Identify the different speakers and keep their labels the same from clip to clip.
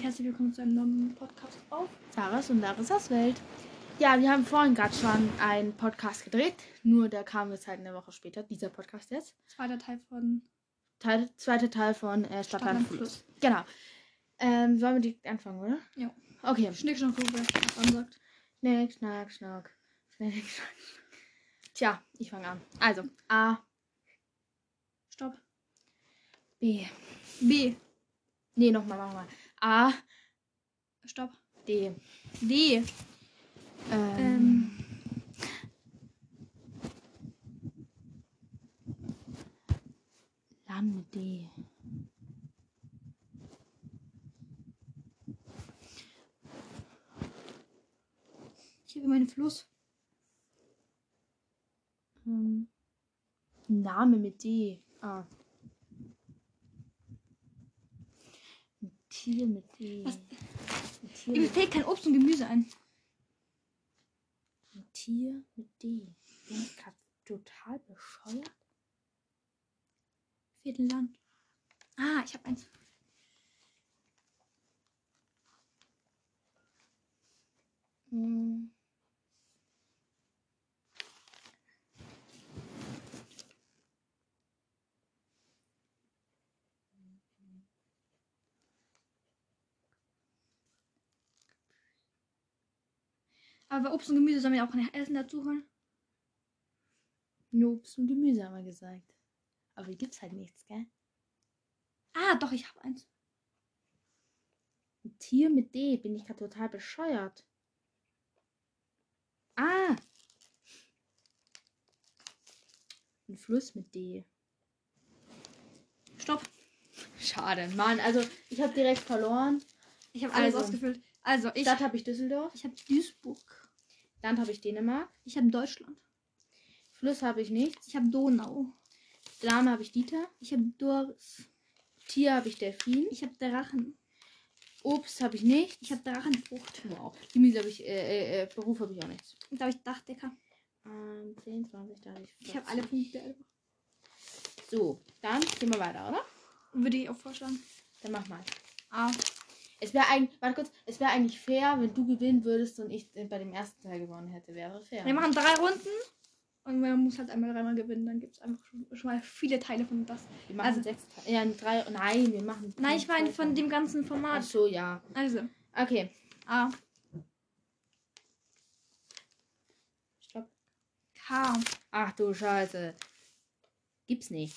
Speaker 1: herzlich willkommen zu einem neuen Podcast auf Daras und Darisas Welt. Ja, wir haben vorhin gerade schon einen Podcast gedreht, nur der kam jetzt halt eine Woche später, dieser Podcast jetzt.
Speaker 2: Zweiter Teil von.
Speaker 1: Teil, zweiter Teil von äh, Stadtland
Speaker 2: Stadtland
Speaker 1: Fluss. Genau. Ähm, sollen wir direkt anfangen, oder?
Speaker 2: Ja.
Speaker 1: Okay.
Speaker 2: Schnick, schnack, Ruhe, wer Schnack ansagt.
Speaker 1: Schnick, schnack, schnack. Schnick, schnack, schnack. Tja, ich fange an. Also, A,
Speaker 2: Stopp.
Speaker 1: B.
Speaker 2: B.
Speaker 1: Nee, nochmal, nochmal. A,
Speaker 2: Stopp.
Speaker 1: D.
Speaker 2: D.
Speaker 1: Ähm.
Speaker 2: Ähm.
Speaker 1: Laden mit D.
Speaker 2: Ich habe meinen Fluss.
Speaker 1: Ähm, Name mit D. Ah. Ein Tier mit D.
Speaker 2: Was?
Speaker 1: Ein
Speaker 2: Mir
Speaker 1: Tier,
Speaker 2: fällt kein Obst und Gemüse ein.
Speaker 1: ein Tier mit D. Bin ich grad total bescheuert?
Speaker 2: Viertelland. Ah, ich habe eins.
Speaker 1: Hm.
Speaker 2: Aber bei Obst und Gemüse soll man ja auch ein Essen dazu holen.
Speaker 1: Nur Obst und Gemüse haben wir gesagt. Aber hier gibt's halt nichts, gell?
Speaker 2: Ah, doch, ich habe eins.
Speaker 1: Ein Tier mit D. Bin ich grad total bescheuert? Ah! Ein Fluss mit D.
Speaker 2: Stopp.
Speaker 1: Schade, Mann. Also, ich habe direkt verloren.
Speaker 2: Ich habe alles
Speaker 1: Also.
Speaker 2: ausgefüllt. Also, ich,
Speaker 1: Stadt habe ich Düsseldorf.
Speaker 2: ich habe Duisburg.
Speaker 1: Land habe ich Dänemark.
Speaker 2: Ich habe Deutschland.
Speaker 1: Fluss habe ich nichts.
Speaker 2: Ich habe Donau.
Speaker 1: Dame habe ich Dieter.
Speaker 2: Ich habe Doris.
Speaker 1: Tier habe ich Delfin.
Speaker 2: Ich habe Drachen.
Speaker 1: Obst habe ich nichts.
Speaker 2: Ich habe Drachenfrucht.
Speaker 1: Wow. Gemüse habe ich, äh, äh, äh, Beruf habe ich auch nichts.
Speaker 2: Und da habe ich Dachdecker.
Speaker 1: Ähm, 10, 20, 30.
Speaker 2: Ich habe alle Punkte. einfach.
Speaker 1: So, dann gehen wir weiter, oder?
Speaker 2: Würde ich auch vorschlagen.
Speaker 1: Dann mach mal.
Speaker 2: Ah,
Speaker 1: Es wäre eigentlich, warte kurz, es wäre eigentlich fair, wenn du gewinnen würdest und ich bei dem ersten Teil gewonnen hätte. Wäre fair.
Speaker 2: Wir machen drei Runden und man muss halt einmal dreimal gewinnen, dann gibt es einfach schon, schon mal viele Teile von das.
Speaker 1: Wir machen
Speaker 2: also-
Speaker 1: sechs Teile. Ja, drei. Nein, wir machen.
Speaker 2: Nein, ich meine von dem ganzen
Speaker 1: Ach
Speaker 2: Format.
Speaker 1: so, ja.
Speaker 2: Also,
Speaker 1: Okay.
Speaker 2: A,
Speaker 1: Stopp.
Speaker 2: K,
Speaker 1: Ach du Scheiße. Gibt's nicht.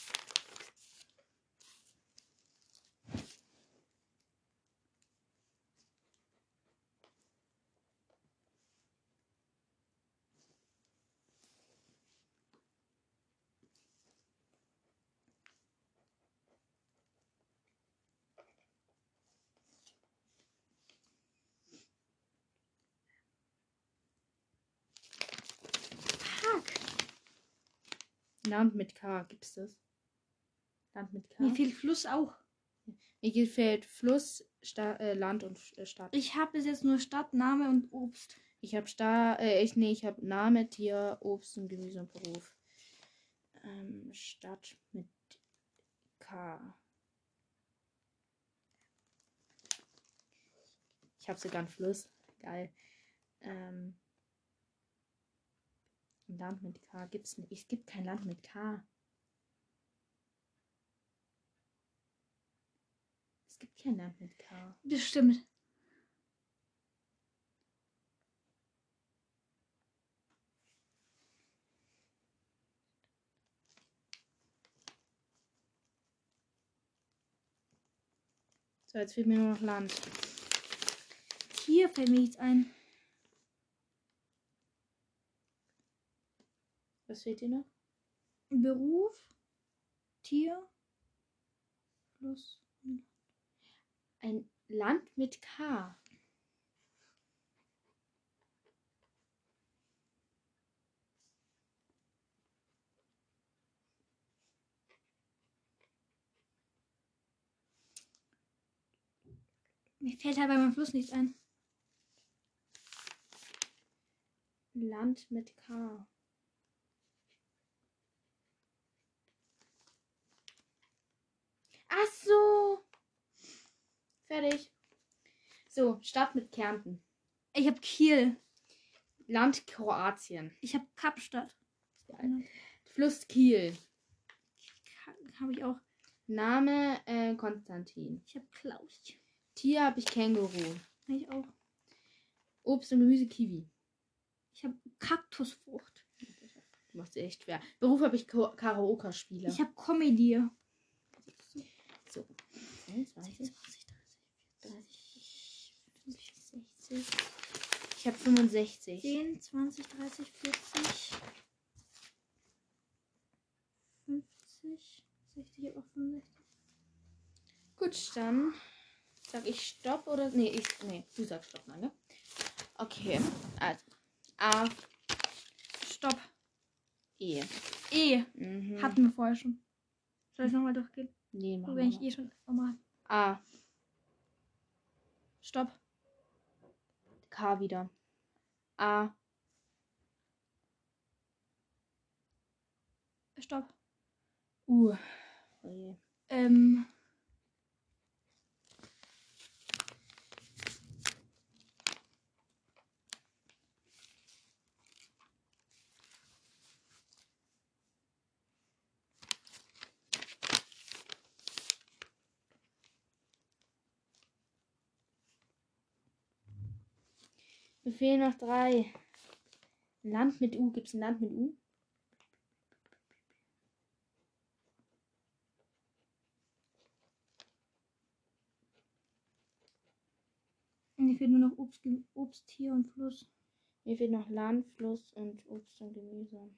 Speaker 2: Park.
Speaker 1: Land mit K, gibt's das? Land mit K?
Speaker 2: Mir fehlt Fluss auch.
Speaker 1: Mir gefällt Fluss, Sta äh, Land und äh, Stadt.
Speaker 2: Ich habe bis jetzt nur Stadt, Name und Obst.
Speaker 1: Ich habe Sta äh, ich nee, ich habe Name, Tier, Obst und Gemüse und Beruf. Ähm, Stadt mit K. Ich habe sogar einen Fluss. Geil. Ähm, ein Land mit K gibt's nicht. Es gibt kein Land mit K. Es gibt kein Land mit K.
Speaker 2: Das stimmt.
Speaker 1: So, jetzt fehlt mir nur noch Land.
Speaker 2: Hier fällt mir nichts ein.
Speaker 1: Was fehlt dir noch?
Speaker 2: Beruf, Tier, Fluss.
Speaker 1: Ein Land mit K.
Speaker 2: Mir fällt halt bei meinem Fluss nichts ein.
Speaker 1: Land mit K. Ach so. Fertig. So, Stadt mit Kärnten.
Speaker 2: Ich habe Kiel.
Speaker 1: Land Kroatien.
Speaker 2: Ich habe Kapstadt.
Speaker 1: Fluss Kiel.
Speaker 2: Habe ich auch.
Speaker 1: Name äh, Konstantin.
Speaker 2: Ich habe Klaus.
Speaker 1: Tier habe ich Känguru.
Speaker 2: Hab Ich auch.
Speaker 1: Obst und Gemüse Kiwi.
Speaker 2: Ich habe Kaktusfrucht.
Speaker 1: Du machst dir echt schwer. Beruf habe ich Ko- Karaoke-Spieler.
Speaker 2: Ich habe Comedy.
Speaker 1: so. 22, 30, 50, 60. Ich habe 65.
Speaker 2: 10, 20, 30, 40, 50, 60, ich hab auch 65.
Speaker 1: Gut, dann sag ich Stopp oder. Nee, ich. Nee, du sagst Stopp, nein, ne? Okay, also. A,
Speaker 2: Stopp.
Speaker 1: E.
Speaker 2: E.
Speaker 1: Mhm.
Speaker 2: Hatten wir vorher schon. Soll ich nochmal durchgehen?
Speaker 1: Nee,
Speaker 2: Wo
Speaker 1: machen
Speaker 2: bin ich
Speaker 1: wir
Speaker 2: eh schon? Oh Mann.
Speaker 1: mal. A,
Speaker 2: Stopp.
Speaker 1: K wieder. A,
Speaker 2: Stopp.
Speaker 1: U. Oh je.
Speaker 2: Ähm.
Speaker 1: Mir fehlen noch drei. Land mit U. Gibt es ein Land mit U?
Speaker 2: Mir fehlt nur noch Obst, Gem- Obst hier und Fluss.
Speaker 1: Mir fehlt noch Land, Fluss und Obst und Gemüse.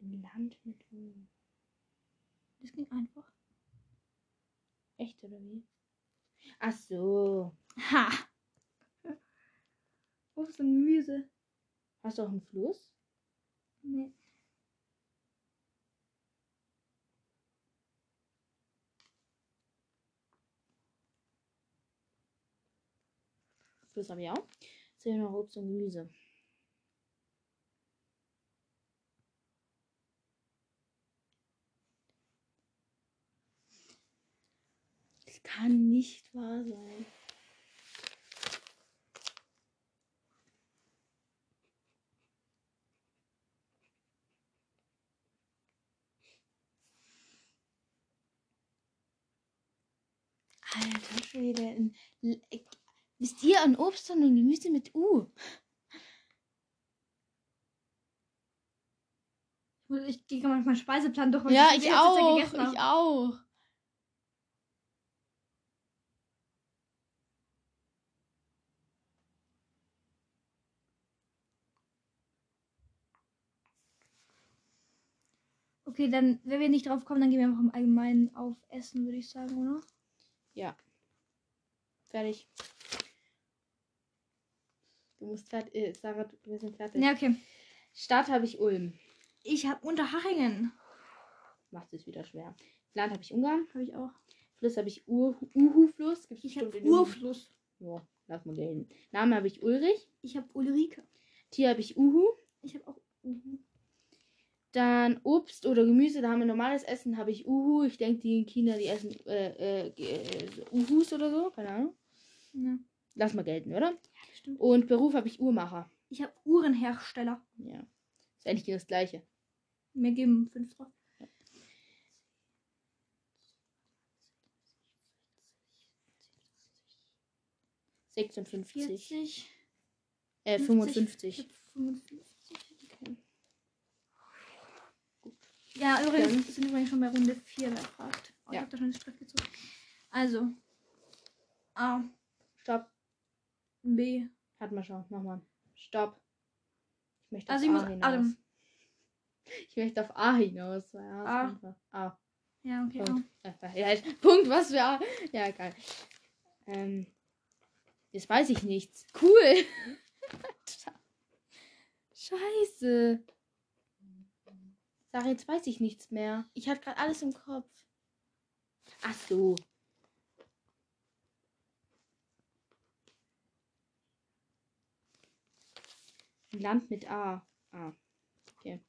Speaker 1: Land mit U.
Speaker 2: Das ging einfach.
Speaker 1: Echt oder wie? Ach so.
Speaker 2: Ha! Obst und Gemüse.
Speaker 1: Hast du auch einen Fluss?
Speaker 2: Nee.
Speaker 1: Fluss habe ich auch. Zähl noch Obst und Gemüse. Das kann nicht wahr sein. Alter Schwede, ein L- Wisst ihr an Obst und an Gemüse mit U?
Speaker 2: Ich gehe manchmal Speiseplan durch. weil
Speaker 1: ja,
Speaker 2: die
Speaker 1: ich
Speaker 2: letzte Zeit
Speaker 1: auch.
Speaker 2: gegessen habe.
Speaker 1: Ich auch.
Speaker 2: Okay, dann, wenn wir nicht drauf kommen, dann gehen wir einfach im Allgemeinen auf Essen, würde ich sagen, oder?
Speaker 1: Fertig. Du musst fertig. Äh, Sarah, du- wir sind fertig.
Speaker 2: Ja, okay.
Speaker 1: Stadt habe ich Ulm.
Speaker 2: Ich habe Unterhachingen.
Speaker 1: Macht es wieder schwer. Land habe ich Ungarn.
Speaker 2: Habe ich auch.
Speaker 1: Fluss habe ich Ur Uhu-Fluss. Gibt
Speaker 2: Ich habe
Speaker 1: bestimmt in
Speaker 2: Urfluss.
Speaker 1: Uhu. Ja, lass mal gehen. Name habe ich Ulrich.
Speaker 2: Ich habe Ulrike.
Speaker 1: Tier habe ich Uhu.
Speaker 2: Ich habe auch Uhu.
Speaker 1: Dann Obst oder Gemüse, da haben wir normales Essen, habe ich Uhu. Ich denke, die in China, die essen äh, äh, ge- äh, so Uhus oder so. Keine Ahnung.
Speaker 2: Ja,
Speaker 1: Lass mal gelten, oder?
Speaker 2: stimmt.
Speaker 1: Und Beruf habe ich Uhrmacher.
Speaker 2: Ich habe Uhrenhersteller.
Speaker 1: Ja. Ist eigentlich das gleiche.
Speaker 2: Mir geben fünf drauf. Ich
Speaker 1: 56.
Speaker 2: hab
Speaker 1: Äh, 55.
Speaker 2: 55.
Speaker 1: Okay.
Speaker 2: Ja, übrigens
Speaker 1: Dann-
Speaker 2: wir sind übrigens schon bei Runde 4, wer fragt. Oh,
Speaker 1: Ja.
Speaker 2: Ich habe da schon den Strich gezogen. Also. A,
Speaker 1: Stopp.
Speaker 2: B.
Speaker 1: Hat mal schon. Nochmal. Stopp. Ich möchte
Speaker 2: Also ich
Speaker 1: auf
Speaker 2: muss
Speaker 1: A hinaus.
Speaker 2: Adam.
Speaker 1: Ich möchte auf A hinaus. Ja,
Speaker 2: A.
Speaker 1: ist einfach. A.
Speaker 2: Ja, okay.
Speaker 1: Punkt. Äh, ja, halt. Punkt, was für A. Ja, egal. Ähm, jetzt weiß ich nichts. Cool. Scheiße. Sag, jetzt weiß ich nichts mehr. Ich hatte gerade alles im Kopf. Ach so. Ein Land mit A. A. Okay.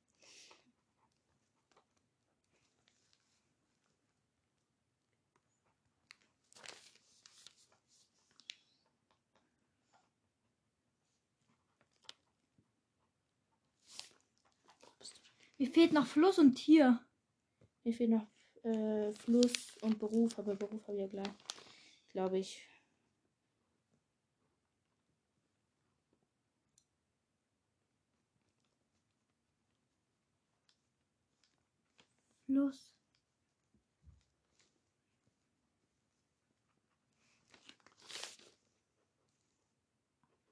Speaker 2: Mir fehlt noch Fluss und Tier.
Speaker 1: Mir fehlt noch äh, Fluss und Beruf, aber Beruf habe ich ja gleich. Glaube ich.
Speaker 2: Fluss.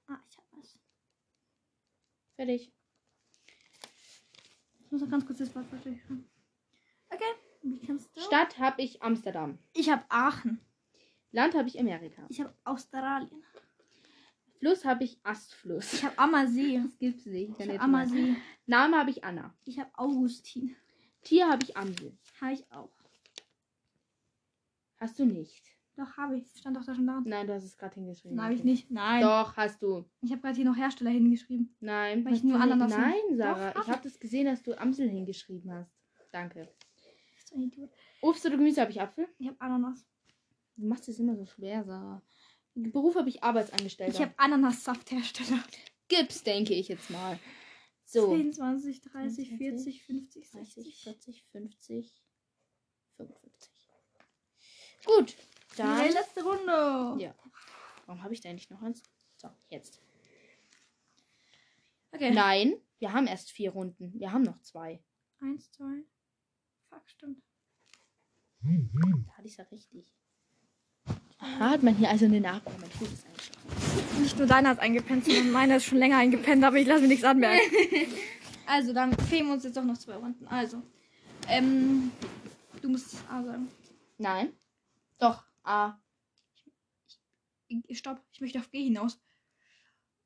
Speaker 2: Ah, ich hab was.
Speaker 1: Fertig.
Speaker 2: Ich muss noch ganz kurz das Wort verstehen. Okay, wie kannst du?
Speaker 1: Stadt habe ich Amsterdam.
Speaker 2: Ich hab Aachen.
Speaker 1: Land habe ich Amerika.
Speaker 2: Ich hab Australien.
Speaker 1: Fluss habe ich Astfluss.
Speaker 2: Ich hab Ammersee.
Speaker 1: Das gibt's nicht.
Speaker 2: Ich hab
Speaker 1: jetzt mal.
Speaker 2: Ammersee.
Speaker 1: Name habe ich Anna.
Speaker 2: Ich hab Augustin.
Speaker 1: Tier habe ich Amsel.
Speaker 2: Habe ich auch.
Speaker 1: Hast du nicht.
Speaker 2: Doch, habe ich. Stand doch da schon da.
Speaker 1: Nein, du hast es gerade hingeschrieben.
Speaker 2: Nein, habe ich nicht. Nein.
Speaker 1: Doch, hast du.
Speaker 2: Ich habe gerade hier noch Hersteller hingeschrieben.
Speaker 1: Nein.
Speaker 2: Weil ich
Speaker 1: hast
Speaker 2: nur
Speaker 1: du nicht.
Speaker 2: Ananas
Speaker 1: Nein, Sarah.
Speaker 2: Doch, hab
Speaker 1: ich habe das gesehen, dass du Amsel hingeschrieben hast. Danke.
Speaker 2: So ein Idiot.
Speaker 1: Obst oder Gemüse habe ich Apfel.
Speaker 2: Ich habe Ananas.
Speaker 1: Du machst es immer so schwer, Sarah. Beruf habe ich Arbeitsangestellter.
Speaker 2: Ich habe Ananassafthersteller.
Speaker 1: Gips, denke ich jetzt mal. So.
Speaker 2: 10, 20, 30, 40, 50,
Speaker 1: 30,
Speaker 2: 60.
Speaker 1: 40, 50, 55. Gut,
Speaker 2: Dann
Speaker 1: dann.
Speaker 2: letzte Runde.
Speaker 1: Ja. Warum habe ich da eigentlich noch eins? So, jetzt.
Speaker 2: Okay.
Speaker 1: Nein, wir haben erst vier Runden. Wir haben noch zwei.
Speaker 2: Eins, zwei. Fuck, stimmt.
Speaker 1: Da hatte ich es ja richtig.
Speaker 2: Ah,
Speaker 1: Aha, hat man hier also eine Nachbarn. Mein Fuß ist eingeschlafen.
Speaker 2: Nicht nur deiner ist eingepennt, sondern meiner ist schon länger eingepennt, aber ich lasse mir nichts anmerken. also, dann fehlen uns jetzt doch noch zwei Runden. Also, ähm, du musst A sagen.
Speaker 1: Nein. Doch, A,
Speaker 2: Ich- Stopp, ich möchte auf G hinaus.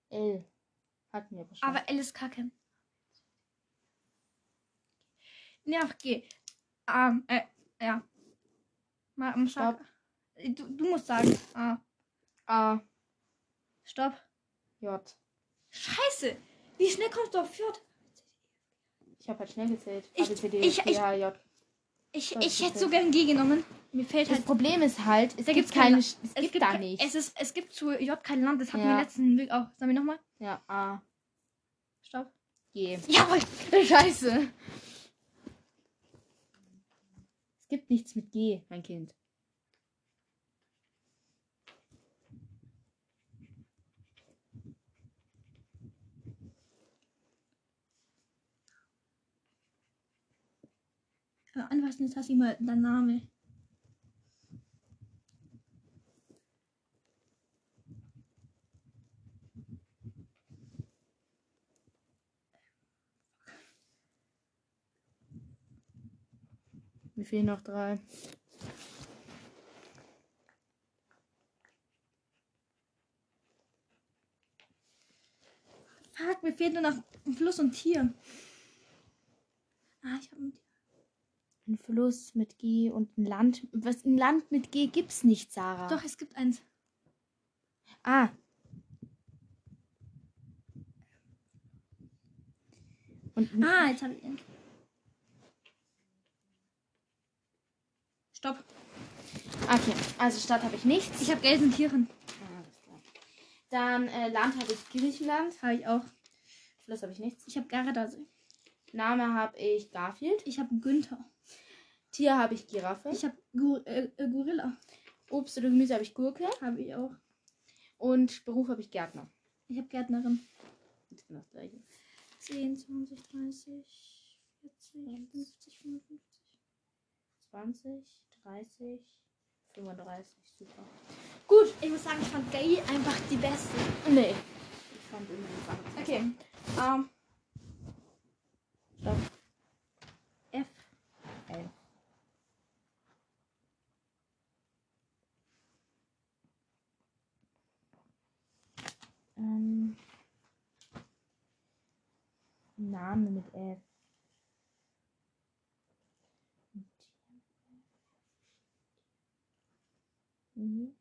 Speaker 1: L. Hatten wir aber schon.
Speaker 2: Aber L ist kacke. Nee, auf G. A, äh, ja. Mal, mal sag- Du, du musst sagen. A.
Speaker 1: A,
Speaker 2: Stopp.
Speaker 1: J.
Speaker 2: Scheiße! Wie schnell kommst du auf Fjord?
Speaker 1: Ich habe halt schnell gezählt.
Speaker 2: Ich-
Speaker 1: A, B, C, D,
Speaker 2: ich-
Speaker 1: E, F, G, H, J.
Speaker 2: Ich,
Speaker 1: Das
Speaker 2: ich
Speaker 1: ist
Speaker 2: hätte
Speaker 1: okay.
Speaker 2: sogar ein G genommen. Mir fällt
Speaker 1: Das
Speaker 2: halt.
Speaker 1: Problem ist halt, es
Speaker 2: Da
Speaker 1: gibt
Speaker 2: gibt's keine-
Speaker 1: keine. Es gibt da
Speaker 2: kein-
Speaker 1: nichts.
Speaker 2: Es, ist, es gibt zu J kein Land. Das hatten
Speaker 1: Ja.
Speaker 2: wir letzten Weg auch. Sagen wir nochmal.
Speaker 1: Ja, A,
Speaker 2: Stopp.
Speaker 1: G.
Speaker 2: Jawohl!
Speaker 1: Scheiße. Es gibt nichts mit G, mein Kind.
Speaker 2: Aber Äh, anfassen ist das immer dein Name.
Speaker 1: Mir fehlen noch drei.
Speaker 2: Fuck, mir fehlt nur noch ein Fluss und Tier. Ah, ich hab ein Tier.
Speaker 1: Ein Fluss mit G und ein Land. Was ein Land mit G gibt's nicht, Sarah.
Speaker 2: Doch, es gibt eins.
Speaker 1: Ah. Und ein
Speaker 2: Ah, jetzt habe ich ihn. Stopp.
Speaker 1: Okay, also Stadt habe ich nichts.
Speaker 2: Ich habe Gelsenkirchen.
Speaker 1: Ah, alles klar. Dann äh, Land habe ich Griechenland.
Speaker 2: Habe ich auch.
Speaker 1: Fluss habe ich nichts.
Speaker 2: Ich habe Gardasee.
Speaker 1: Name habe ich Garfield.
Speaker 2: Ich habe Günther.
Speaker 1: Tier habe ich Giraffe.
Speaker 2: Ich habe Gor äh, äh, Gorilla.
Speaker 1: Obst oder Gemüse habe ich Gurke.
Speaker 2: Habe ich auch.
Speaker 1: Und Beruf habe ich Gärtner.
Speaker 2: Ich habe Gärtnerin.
Speaker 1: Ich bin genau das gleiche.
Speaker 2: 10, 20, 30, 40,
Speaker 1: Eins.
Speaker 2: 50, 55.
Speaker 1: 20, 30, 35, super.
Speaker 2: Gut, ich muss sagen, ich fand Gay einfach die beste.
Speaker 1: Nee. Ich fand irgendwie das andere.
Speaker 2: Okay. Ähm,
Speaker 1: Stopp.
Speaker 2: F.
Speaker 1: L. Ähm. Name mit F. Mhm.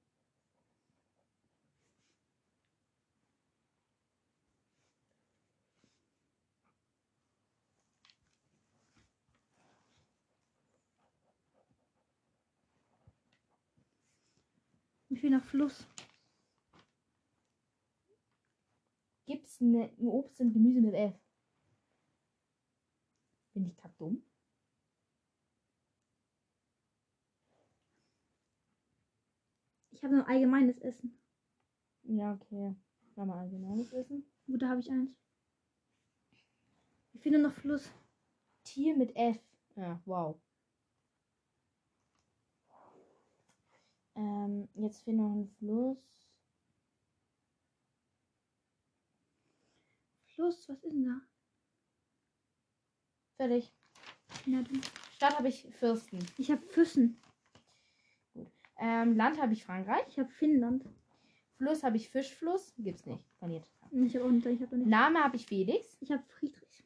Speaker 2: Mir fehlt noch Fluss.
Speaker 3: Gibt es
Speaker 1: ne-
Speaker 3: ein Obst und Gemüse mit F? Bin ich grad dumm?
Speaker 2: Ich habe nur allgemeines Essen.
Speaker 3: Ja, okay. Kann man allgemeines wissen.
Speaker 2: Gut, da habe ich eins. Mir fehlt nur noch Fluss.
Speaker 3: Tier mit F. Ja, wow. Ähm, jetzt fehlt noch ein Fluss.
Speaker 2: Fluss, was ist denn da?
Speaker 3: Fertig.
Speaker 2: Na, dann-
Speaker 3: Stadt habe ich Fürsten.
Speaker 2: Ich habe Füssen.
Speaker 3: Ähm, Land habe ich Frankreich.
Speaker 2: Ich habe Finnland.
Speaker 3: Fluss habe ich Fischfluss. Gibt's nicht. Verliert.
Speaker 2: Ich habe auch nicht. Ich habe nicht.
Speaker 3: Name habe ich Felix.
Speaker 2: Ich habe Friedrich.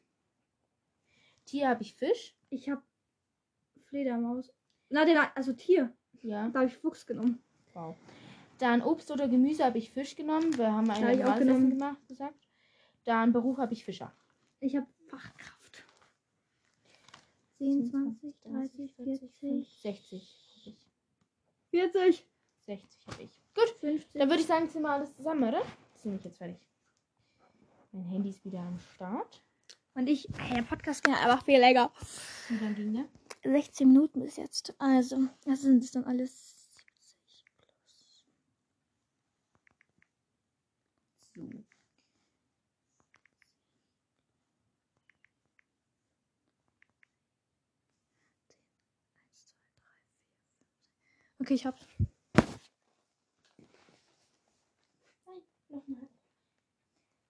Speaker 3: Tier habe ich Fisch.
Speaker 2: Ich habe Fledermaus. Na, den, also Tier.
Speaker 3: Ja.
Speaker 2: Da habe ich Fuchs genommen.
Speaker 3: Wow. Dann Obst oder Gemüse habe ich Fisch genommen. Wir haben ein
Speaker 2: Ja, ich auch
Speaker 3: normales
Speaker 2: genommen.
Speaker 3: Essen gemacht, gesagt. Dann Beruf habe ich Fischer.
Speaker 2: Ich habe Fachkraft. 10, 20, 30, 40,
Speaker 3: 60.
Speaker 2: 40,
Speaker 3: 60 habe ich. Gut.
Speaker 2: 50.
Speaker 3: Dann würde ich sagen, ziehen wir alles zusammen, oder? Ziehen ich jetzt fertig. Mein Handy ist wieder am Start.
Speaker 2: Und ich, der Podcast ging einfach viel länger.
Speaker 3: Wie lang ging der?
Speaker 2: 16 Minuten bis jetzt. Also, das sind es dann alles.
Speaker 3: So.
Speaker 2: Okay, ich hab's.
Speaker 3: Nochmal.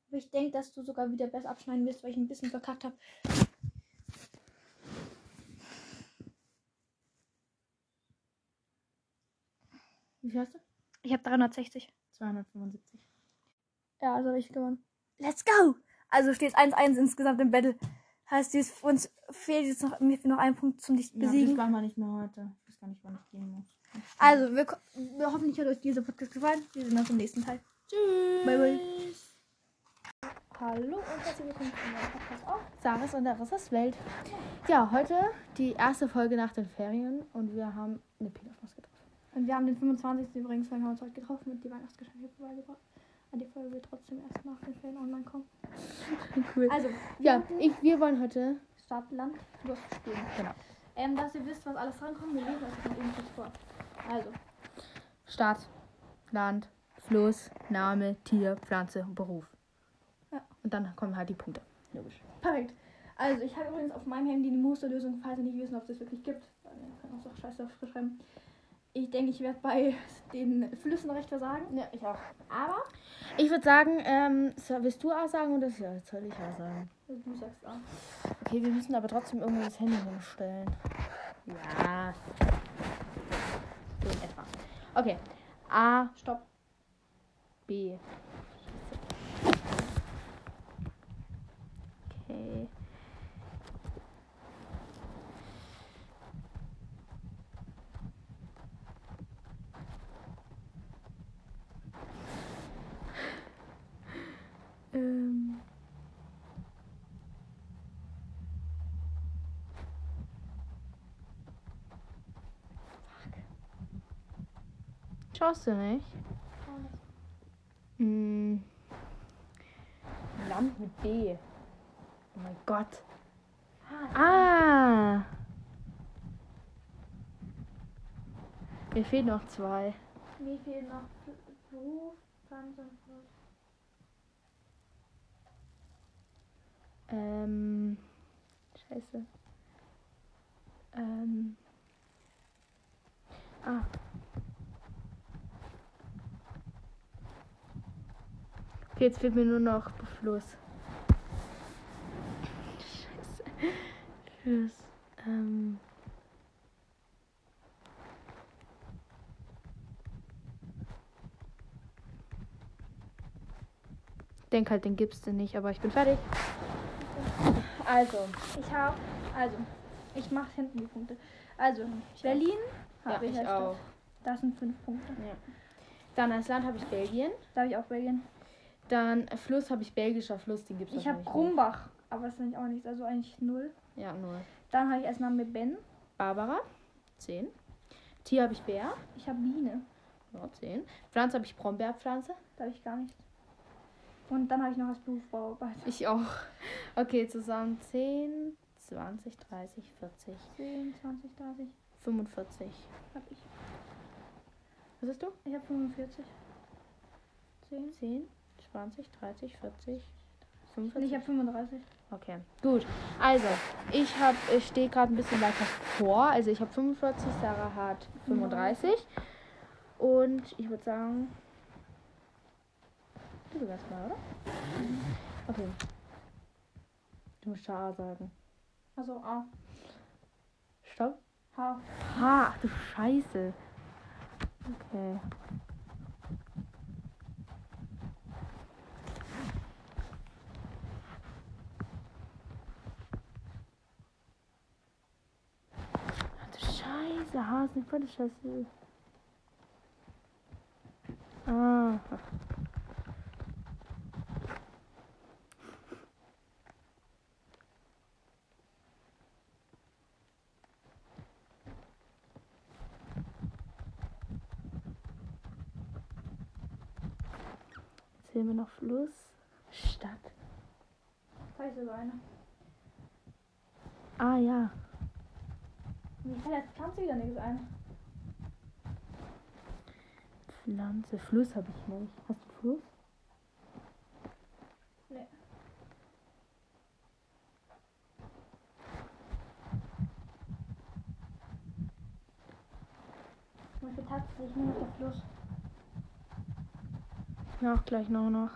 Speaker 2: Aber ich denke, dass du sogar wieder besser abschneiden wirst, weil ich ein bisschen verkackt habe.
Speaker 3: Wie viel hast du?
Speaker 2: Ich habe 360.
Speaker 3: 275.
Speaker 2: Ja, also habe ich gewonnen. Let's go! Also steht 1-1 insgesamt im Battle. Heißt, dies, uns fehlt jetzt noch, mir fehlt noch ein Punkt zum dich
Speaker 3: Ja, das
Speaker 2: besiegen.
Speaker 3: machen wir nicht mehr heute. Ich weiß gar nicht, wann ich gehen muss.
Speaker 2: also, wir, ko- wir hoffentlich hat euch dieser Podcast gefallen. Wir sehen uns im nächsten Teil.
Speaker 1: Tschüss.
Speaker 2: Bye, bye.
Speaker 1: Hallo und herzlich willkommen zu meinem Podcast auf Saris und Arissas Welt. Ja, heute die erste Folge nach den Ferien und wir haben eine Pilafmaus getroffen.
Speaker 2: Und wir haben den 25. übrigens, weil wir uns heute getroffen und die Weihnachtsgeschenke vorbeigebracht. Aber die Folge wird trotzdem erst nach den Ferien online kommen.
Speaker 1: Cool.
Speaker 2: Also,
Speaker 1: Ja, ich, wir wollen heute
Speaker 2: Stadt, Land, losspielen.
Speaker 1: Genau.
Speaker 2: Ähm, dass ihr wisst, was alles drankommt, wir lesen euch das mal eben kurz vor. Also,
Speaker 1: Stadt, Land, Fluss, Name, Tier, Pflanze und Beruf.
Speaker 2: Ja.
Speaker 1: Und dann kommen halt die Punkte. Logisch.
Speaker 2: perfekt. Also, ich habe übrigens auf meinem Handy eine Musterlösung, falls ihr nicht wissen, ob es das wirklich gibt. Weil Wir können uns doch scheiße aufschreiben. Ich denke, ich werde bei den Flüssen recht versagen.
Speaker 3: Ja, ich auch.
Speaker 2: Aber,
Speaker 1: Ich würde sagen, ähm, so- willst du A sagen oder ja, soll ich A sagen?
Speaker 2: also du sagst auch.
Speaker 3: Okay, wir müssen aber trotzdem irgendwo das Handy rumstellen.
Speaker 1: Ja. So in etwa. Okay. A,
Speaker 2: Stopp.
Speaker 1: B. Okay. Ähm. Schaust du nicht? Mm.
Speaker 3: Land mit B.
Speaker 1: Oh mein Gott.
Speaker 2: Ah,
Speaker 1: Ah! Mir fehlen noch zwei.
Speaker 2: wie viel noch Beruf, Pflanze und Fluss?
Speaker 1: Ähm. Scheiße. Ähm. Ah. Okay, jetzt fehlt mir nur noch Fluss. Scheiße. Fluss. Ähm. Denk halt, den gibt's denn nicht, aber ich bin fertig.
Speaker 2: Also, ich habe, also, ich mache hinten die Punkte. Also, Berlin habe ich, als Stadt. Das sind fünf Punkte.
Speaker 1: Dann als Land habe ich Belgien.
Speaker 2: Darf ich auch Belgien?
Speaker 1: Dann äh, Fluss habe ich belgischer Fluss, den gibt es
Speaker 2: Ich habe Krumbach, aber das finde ich auch nichts, also eigentlich null.
Speaker 1: Ja, null.
Speaker 2: Dann habe ich erst Name Ben.
Speaker 1: Barbara, 10. Tier habe ich Bär.
Speaker 2: Ich habe Biene.
Speaker 1: Ja, 10. Pflanze habe ich Brombeerpflanze.
Speaker 2: Da habe ich gar nichts. Und dann habe ich noch was Berufsbauarbeit.
Speaker 1: Ich auch. Okay, zusammen 10, 20, 30, 40,
Speaker 2: 10, 20, 30
Speaker 1: 45.
Speaker 2: habe ich.
Speaker 1: Was hast du?
Speaker 2: Ich habe 45. 10.
Speaker 1: 10, 20, 30, 40,
Speaker 2: Nee,
Speaker 1: 45.
Speaker 2: ich habe 35.
Speaker 1: Okay, gut. Also, ich hab, ich stehe gerade ein bisschen weiter vor. Also ich habe 45, Sarah hat 35. Und ich würde sagen, du beginnst mal, oder? Okay. Du musst A sagen.
Speaker 2: Also A.
Speaker 1: Stopp.
Speaker 2: H.
Speaker 1: Ha, ach Ah, du Scheiße. Okay. Ach du Scheiße, ha, ist nicht voll das Scheiße. Ah. Sehen wir noch Fluss? Stadt.
Speaker 2: Da ist sogar eine.
Speaker 1: Ah ja.
Speaker 2: Mir fällt jetzt ganz wieder nichts ein.
Speaker 1: Pflanze. Fluss habe ich nicht. Hast du Fluss?
Speaker 2: Nee. Und für Taxi, ich nehme auf der Fluss.
Speaker 1: Ja, auch gleich noch noch.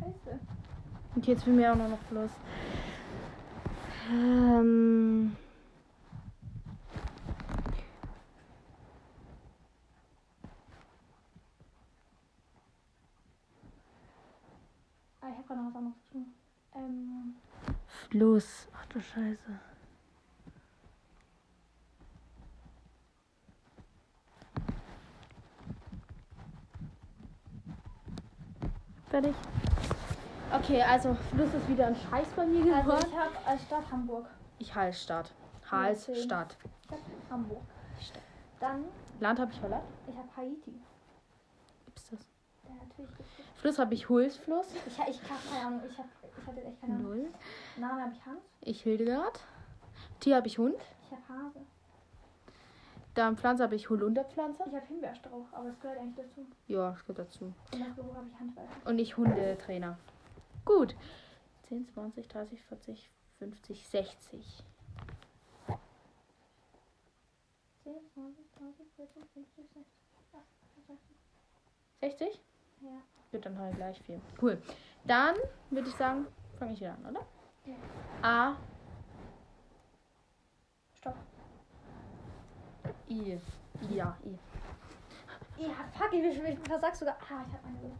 Speaker 2: Scheiße.
Speaker 1: Okay, jetzt will mir auch noch noch Fluss. Ähm.
Speaker 2: Ah, ich habe gerade noch was anderes geschrieben. Ähm,
Speaker 1: Fluss. Ach du Scheiße. Fertig. Okay, also Fluss ist wieder ein Scheiß bei mir geworden.
Speaker 2: also ich habe als Stadt Hamburg.
Speaker 1: ich Hals Stadt. Hals
Speaker 2: Ja, zehn.
Speaker 1: Stadt.
Speaker 2: Ich habe Hamburg. Dann,
Speaker 1: Land habe ich Holland.
Speaker 2: ich habe Haiti.
Speaker 1: Gibt's das?
Speaker 2: Ja, natürlich gibt's das.
Speaker 1: Fluss habe ich Hulsfluss.
Speaker 2: Ich, ha- ich hab keine Ahnung. Ich, hab, ich hatte echt keine Ahnung.
Speaker 1: Null.
Speaker 2: Name habe ich Hans.
Speaker 1: Ich Hildegard. Tier habe ich Hund.
Speaker 2: Ich habe Hase.
Speaker 1: Dann Pflanze habe ich Holunderpflanze.
Speaker 2: Ich habe Himbeerstrauch, aber das gehört eigentlich dazu.
Speaker 1: Ja, das gehört dazu.
Speaker 2: Und das Büro habe ich Handwerker.
Speaker 1: Und ich Hundetrainer. Gut. 10, 20, 30, 40, 50, 60.
Speaker 2: 10, 20, 30, 40, 50, 60, 80,
Speaker 1: 60?
Speaker 2: Ja.
Speaker 1: Gut, dann halt gleich viel. Cool. Dann würde ich sagen, fange ich wieder an, oder?
Speaker 2: Ja.
Speaker 1: A,
Speaker 2: Stopp.
Speaker 1: I. Ja, I.
Speaker 2: Ja, fuck, ich will schon versagt sogar. Ah, ich habe eine.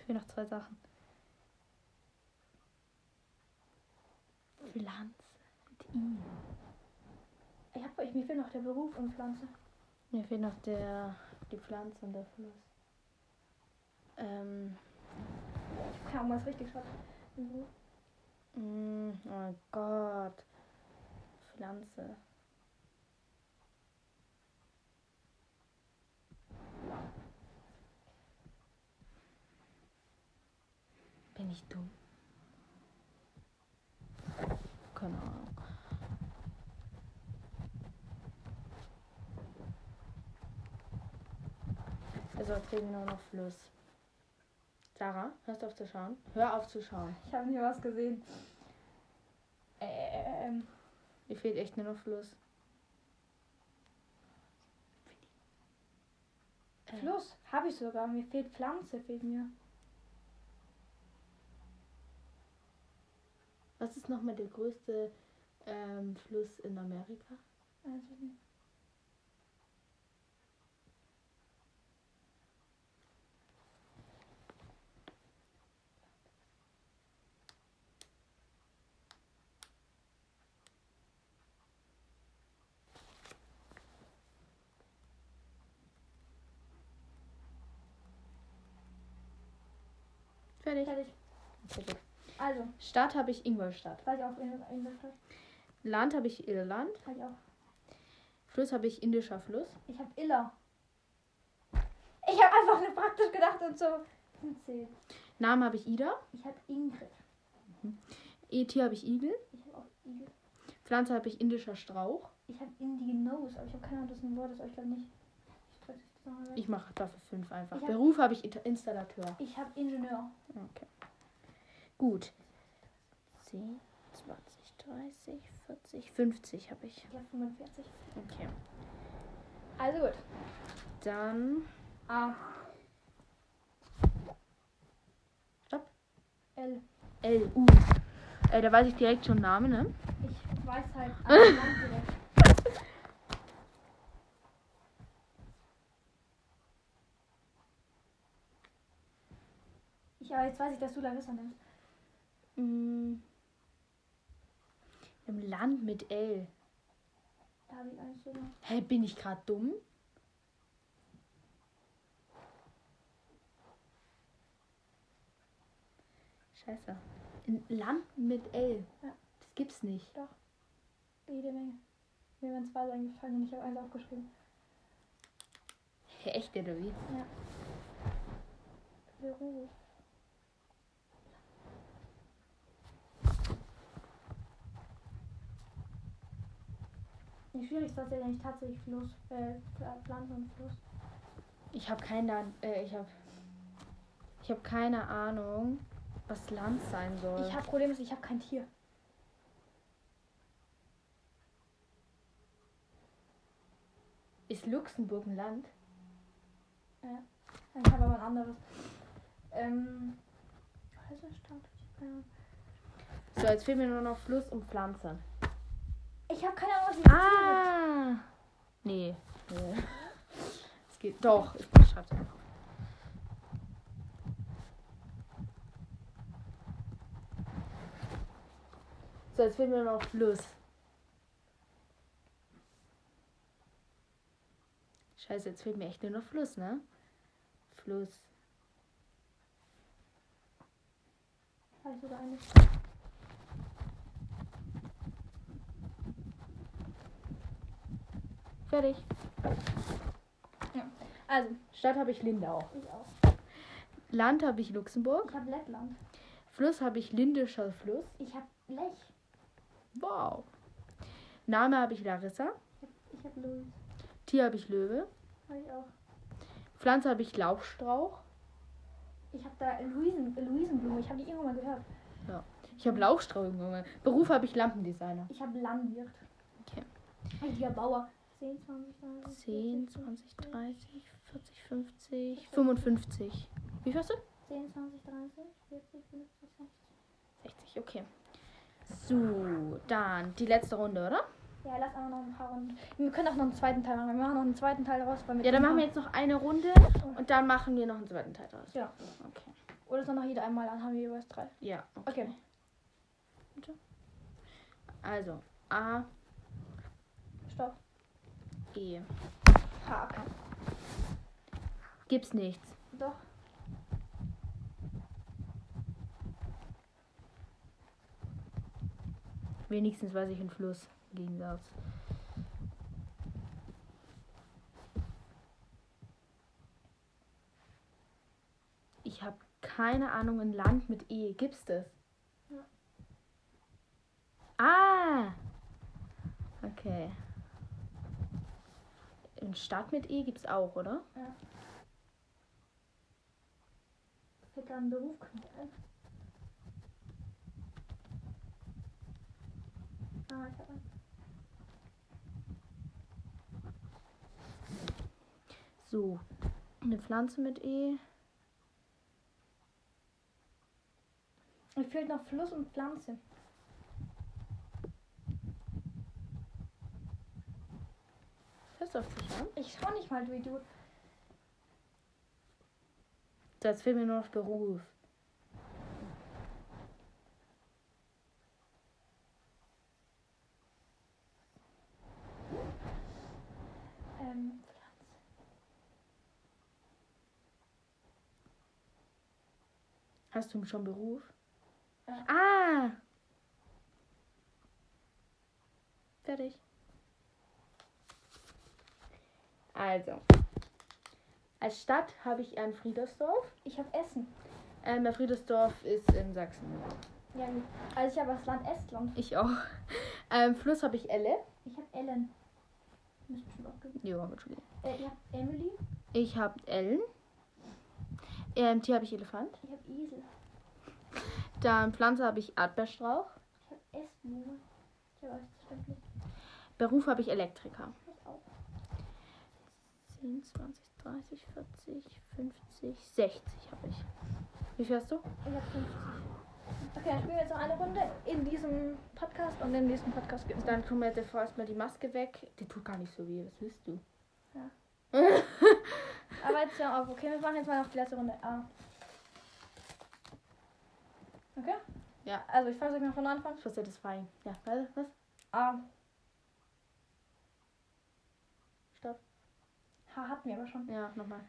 Speaker 1: Ich will noch zwei Sachen. Pflanze.
Speaker 2: Ich hab, ich, mir fehlt noch der Beruf und Pflanze.
Speaker 1: Mir fehlt noch der, die Pflanze und der Fluss. Ähm,
Speaker 2: Ich hab keine Ahnung, was richtig schreibt. Den Beruf.
Speaker 1: mm, oh Gott. Pflanze. Bin ich dumm? Keine Ahnung. Also jetzt fehlt mir nur noch Fluss. Sarah, hörst du auf zu schauen? Hör auf zu schauen.
Speaker 2: Ich habe nie was gesehen. Ähm,
Speaker 1: Mir fehlt echt nur noch Fluss. Äh.
Speaker 2: Fluss habe ich sogar. Mir fehlt Pflanze, fehlt mir.
Speaker 1: Was ist nochmal der größte Ähm, Fluss in Amerika. Fertig. Fertig.
Speaker 2: Also,
Speaker 1: Stadt habe ich Ingolstadt.
Speaker 2: war ich auch in Ingolstadt?
Speaker 1: Land habe ich Irland.
Speaker 2: War ich auch.
Speaker 1: Fluss habe ich indischer Fluss.
Speaker 2: Ich hab Iller. Ich hab einfach nur praktisch gedacht und so. Zehn.
Speaker 1: Name habe ich Ida.
Speaker 2: Ich hab Ingrid.
Speaker 1: E Tier habe ich Igel.
Speaker 2: Ich hab auch Igel.
Speaker 1: Pflanze habe ich indischer Strauch.
Speaker 2: Ich hab Indian Nose, aber ich hab keine Ahnung, ob das ein Wort ist, aber ich glaube nicht. Ich drücke das nochmal weg.
Speaker 1: Ich mache dafür fünf einfach.
Speaker 2: Ich hab-
Speaker 1: Beruf habe ich Inter- Installateur.
Speaker 2: Ich hab Ingenieur.
Speaker 1: Okay. Gut. 10, 20, 30, 40, 50 habe ich.
Speaker 2: Ich hab 45.
Speaker 1: Okay.
Speaker 2: Also gut. Ah.
Speaker 1: Dann
Speaker 2: A.
Speaker 1: Stopp.
Speaker 2: L.
Speaker 1: L. U. Äh, da weiß ich direkt schon Namen, ne?
Speaker 2: Ich weiß halt ein Land direkt. Ich, aber jetzt weiß ich, dass du Larissa nimmst.
Speaker 1: Mm. Im Land mit L.
Speaker 2: Da habe ich eins so
Speaker 1: Hä, bin ich gerade dumm? Scheiße. Ein Land mit L.
Speaker 2: Ja.
Speaker 1: Das gibt's nicht.
Speaker 2: jede Menge. Mir wären zwei so eingefallen und ich habe eins aufgeschrieben.
Speaker 1: Hä, echt oder wie?
Speaker 2: Beruf. Nicht schwierig ist tatsächlich eigentlich tatsächlich Fluss, äh, Pla- Pflanze und Fluss.
Speaker 1: Ich habe keine, äh, ich habe, ich habe keine Ahnung, was Land sein soll.
Speaker 2: Ich habe Problem, ist, ich habe kein Tier.
Speaker 1: ist Luxemburg ein Land?
Speaker 2: Ich habe aber ein anderes. Ähm. Häuserstadt? Äh,
Speaker 1: So, jetzt fehlen mir nur noch Fluss und Pflanze.
Speaker 2: Ich habe keine Ahnung, was ich
Speaker 1: Ah! Nee. nee. Es geht. Doch, ich schreib's einfach. So, jetzt fehlen mir nur noch Fluss. Scheiße, jetzt fehlt mir echt nur noch Fluss, ne? Fluss.
Speaker 2: Weiß sogar eine.
Speaker 1: Fertig.
Speaker 2: Also,
Speaker 1: Stadt habe ich Lindau.
Speaker 2: ich auch.
Speaker 1: Land habe ich Luxemburg.
Speaker 2: Ich habe Lettland.
Speaker 1: Fluss habe ich Lindischer Fluss.
Speaker 2: Ich habe Lech.
Speaker 1: Wow. Name habe ich Larissa.
Speaker 2: Ich habe Louis.
Speaker 1: Tier habe ich Löwe.
Speaker 2: Habe ich auch.
Speaker 1: Pflanze habe ich Lauchstrauch.
Speaker 2: Ich habe da Luisen, Luisenblume. Ich habe die irgendwann mal gehört.
Speaker 1: Ich habe Lauchstrauch irgendwann mal. Beruf habe ich Lampendesigner.
Speaker 2: Ich habe Landwirt.
Speaker 1: Okay.
Speaker 2: Richtiger Bauer. 10, 20, 30,
Speaker 1: 10, 20, 30, 40, 50, 55. Wie viel hast du?
Speaker 2: 10, 20, 30, 40, 50, 60.
Speaker 1: 60, okay. So, dann die letzte Runde, oder?
Speaker 2: Ja, lass einfach noch ein paar Runden. Wir können auch noch einen zweiten Teil machen. Wir machen noch einen zweiten Teil raus. Weil mit
Speaker 1: Ja, dann
Speaker 2: dem-
Speaker 1: machen wir jetzt noch eine Runde und dann machen wir noch einen zweiten Teil draus.
Speaker 2: Ja.
Speaker 1: Okay.
Speaker 2: Oder soll noch jeder einmal, dann haben wir jeweils drei.
Speaker 1: Ja.
Speaker 2: Okay.
Speaker 1: Also, A,
Speaker 2: Stopp.
Speaker 1: E.
Speaker 2: Haken.
Speaker 1: Gibt's nichts.
Speaker 2: Doch.
Speaker 1: Wenigstens weiß ich einen Fluss. Im Gegensatz. Ich habe keine Ahnung, ein Land mit E. Gibt's das?
Speaker 2: Ja.
Speaker 1: Ah! Okay. Eine Stadt mit E gibt's auch, oder?
Speaker 2: Fällt da ein Beruf Knut ein? Ah, ich hab einen.
Speaker 1: So. Eine Pflanze mit E.
Speaker 2: Mir fehlt noch Fluss und Pflanze.
Speaker 1: Christoph zu schauen.
Speaker 2: Ich schau nicht mal, du Idiot.
Speaker 1: So, jetzt fehlt mir nur noch Beruf.
Speaker 2: Ähm,
Speaker 1: Hast du schon Beruf?
Speaker 2: Ja.
Speaker 1: Ah! Fertig. Also. Als Stadt habe ich an Friedersdorf.
Speaker 2: ich hab Essen.
Speaker 1: Ähm, Friedersdorf ist in Sachsen.
Speaker 2: Ja, gut. Also ich habe das Land Estland.
Speaker 1: Ich auch. Ähm, Fluss habe ich Elle.
Speaker 2: Ich hab Ellen. Müsste schon aufgeben.
Speaker 1: Ja, Entschuldigung.
Speaker 2: Äh, ihr habt Emily.
Speaker 1: Ich habe Ellen. Ähm, Tier habe ich Elefant.
Speaker 2: Ich hab Esel.
Speaker 1: Dann Pflanze habe ich Erdbeerstrauch.
Speaker 2: Ich hab Essblume. Ich hab alles verständlich.
Speaker 1: Beruf habe ich Elektriker.
Speaker 2: Ich auch.
Speaker 1: 10, 20, 30, 40, 50, 60 habe ich. Wie viel hast du?
Speaker 2: Ich hab 50. Okay, dann spielen wir jetzt noch eine Runde in diesem Podcast und im nächsten Podcast gibt's dann.
Speaker 1: Dann tun wir jetzt erstmal die Maske weg. Die tut gar nicht so weh. Was willst du?
Speaker 2: Aber jetzt ja auf. Okay, wir machen jetzt mal noch die letzte Runde. Ah. Okay?
Speaker 1: Ja.
Speaker 2: Also ich versuche mal von Anfang.
Speaker 1: For satisfying. Ja, warte, was?
Speaker 2: Ah.
Speaker 1: Stopp.
Speaker 2: Ha, hatten wir aber schon.
Speaker 1: Ja, nochmal.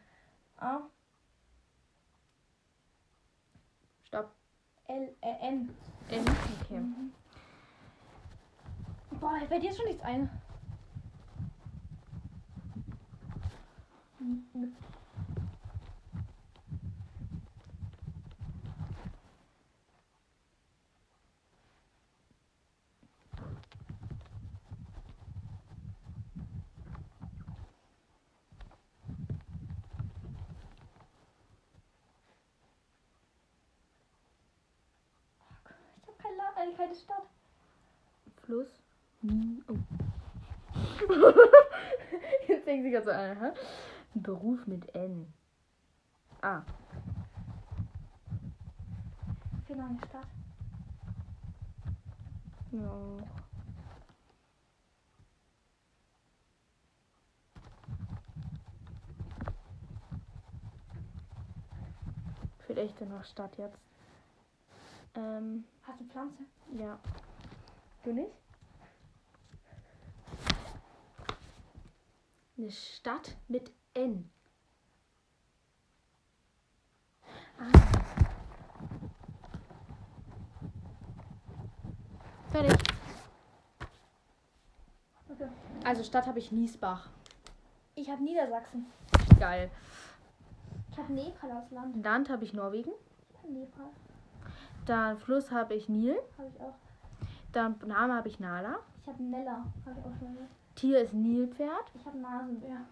Speaker 2: A,
Speaker 1: Stopp.
Speaker 2: L, äh, N.
Speaker 1: In. Okay.
Speaker 2: Boah, fällt dir jetzt schon nichts ein. Ich hab kein Land, äh, keine Stadt.
Speaker 1: Fluss. Oh. Jetzt denken sie gerade so an, hä? Ein Beruf mit N. Ah.
Speaker 2: Fehlt noch eine Stadt.
Speaker 1: Ja. Fühlt echt nur noch Stadt jetzt. Ähm,
Speaker 2: Hast du Pflanze?
Speaker 1: ja. Du nicht? Eine Stadt mit N. Ah. Fertig.
Speaker 2: Okay.
Speaker 1: Also Stadt habe ich Niesbach.
Speaker 2: Ich hab Niedersachsen.
Speaker 1: Geil.
Speaker 2: Ich hab Nepal als Land.
Speaker 1: Land habe ich Norwegen.
Speaker 2: Ich hab Nepal.
Speaker 1: Dann Fluss habe ich Nil.
Speaker 2: Hab ich auch.
Speaker 1: Dann Name habe ich Nala.
Speaker 2: Ich hab Nella. Hab ich auch schon gehört.
Speaker 1: Tier ist Nilpferd.
Speaker 2: Ich hab Nasenbär.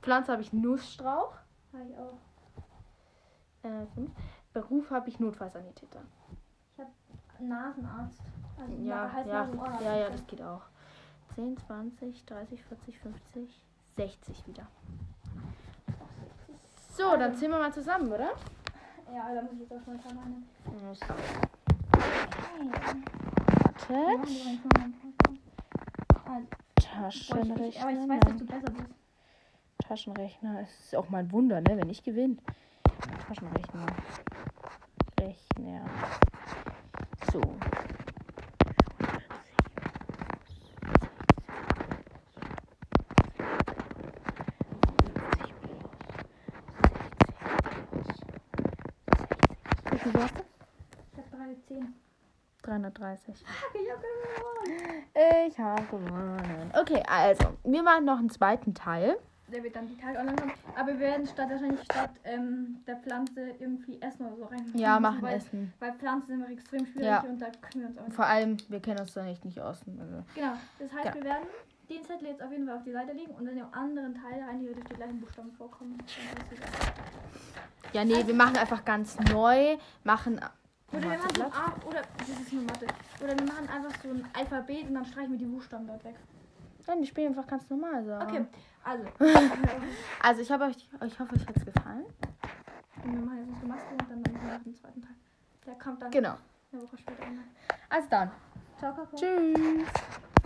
Speaker 1: Pflanze habe ich Nussstrauch.
Speaker 2: Hab ich auch.
Speaker 1: Äh, fünf. Beruf habe ich Notfallsanitäter.
Speaker 2: Nasenarzt. Also
Speaker 1: Ja,
Speaker 2: Na- heißt
Speaker 1: ja,
Speaker 2: Nasenohrarzt.
Speaker 1: ja, ja, das geht auch. 10, 20, 30, 40, 50, 60 wieder. So, dann zählen wir mal zusammen, oder?
Speaker 2: Ja, da muss ich jetzt auch mal dran
Speaker 1: Warte,
Speaker 2: Taschenrechner. Aber Ah, ich weiß, dass du besser bist.
Speaker 1: Taschenrechner. Es ist auch mal ein Wunder, ne, wenn ich gewinne. Taschenrechner. Rechner. So. Wie viel hast du?
Speaker 2: Ich hab 310.
Speaker 1: 330.
Speaker 2: Ich hab gewonnen.
Speaker 1: Ich habe gewonnen. Okay, also, wir machen noch einen zweiten Teil.
Speaker 2: Der wird dann die Tage online kommen. Aber wir werden statt wahrscheinlich statt ähm, der Pflanze irgendwie Essen oder so rein.
Speaker 1: Ja, machen
Speaker 2: weil,
Speaker 1: Essen.
Speaker 2: Weil Pflanzen sind immer extrem schwierig
Speaker 1: Ja.
Speaker 2: und da können wir uns auch nicht.
Speaker 1: Vor allem, wir kennen uns da echt nicht aus. Also,
Speaker 2: Genau. Das heißt,
Speaker 1: Ja.
Speaker 2: wir werden den Zettel jetzt auf jeden Fall auf die Seite legen und in dem anderen Teil rein theoretisch die gleichen Buchstaben vorkommen. Dann weiß ich auch.
Speaker 1: Ja, nee, wir machen einfach ganz neu, machen.
Speaker 2: Oder wir machen so ein
Speaker 1: Matheblatt.
Speaker 2: A oder das ist nur Mathe. Oder wir machen einfach so ein Alphabet und dann streichen wir die Buchstaben dort weg.
Speaker 1: Nein, wir spielen einfach ganz normal. So.
Speaker 2: Okay, also.
Speaker 1: Also ich, hab euch, ich hoffe, euch hat es gefallen.
Speaker 2: Und wir machen jetzt unsere Maske und dann machen wir noch den zweiten Teil. Der kommt dann
Speaker 1: Genau.
Speaker 2: eine Woche später. online.
Speaker 1: Also dann.
Speaker 2: Ciao, Kakao.
Speaker 1: Tschüss.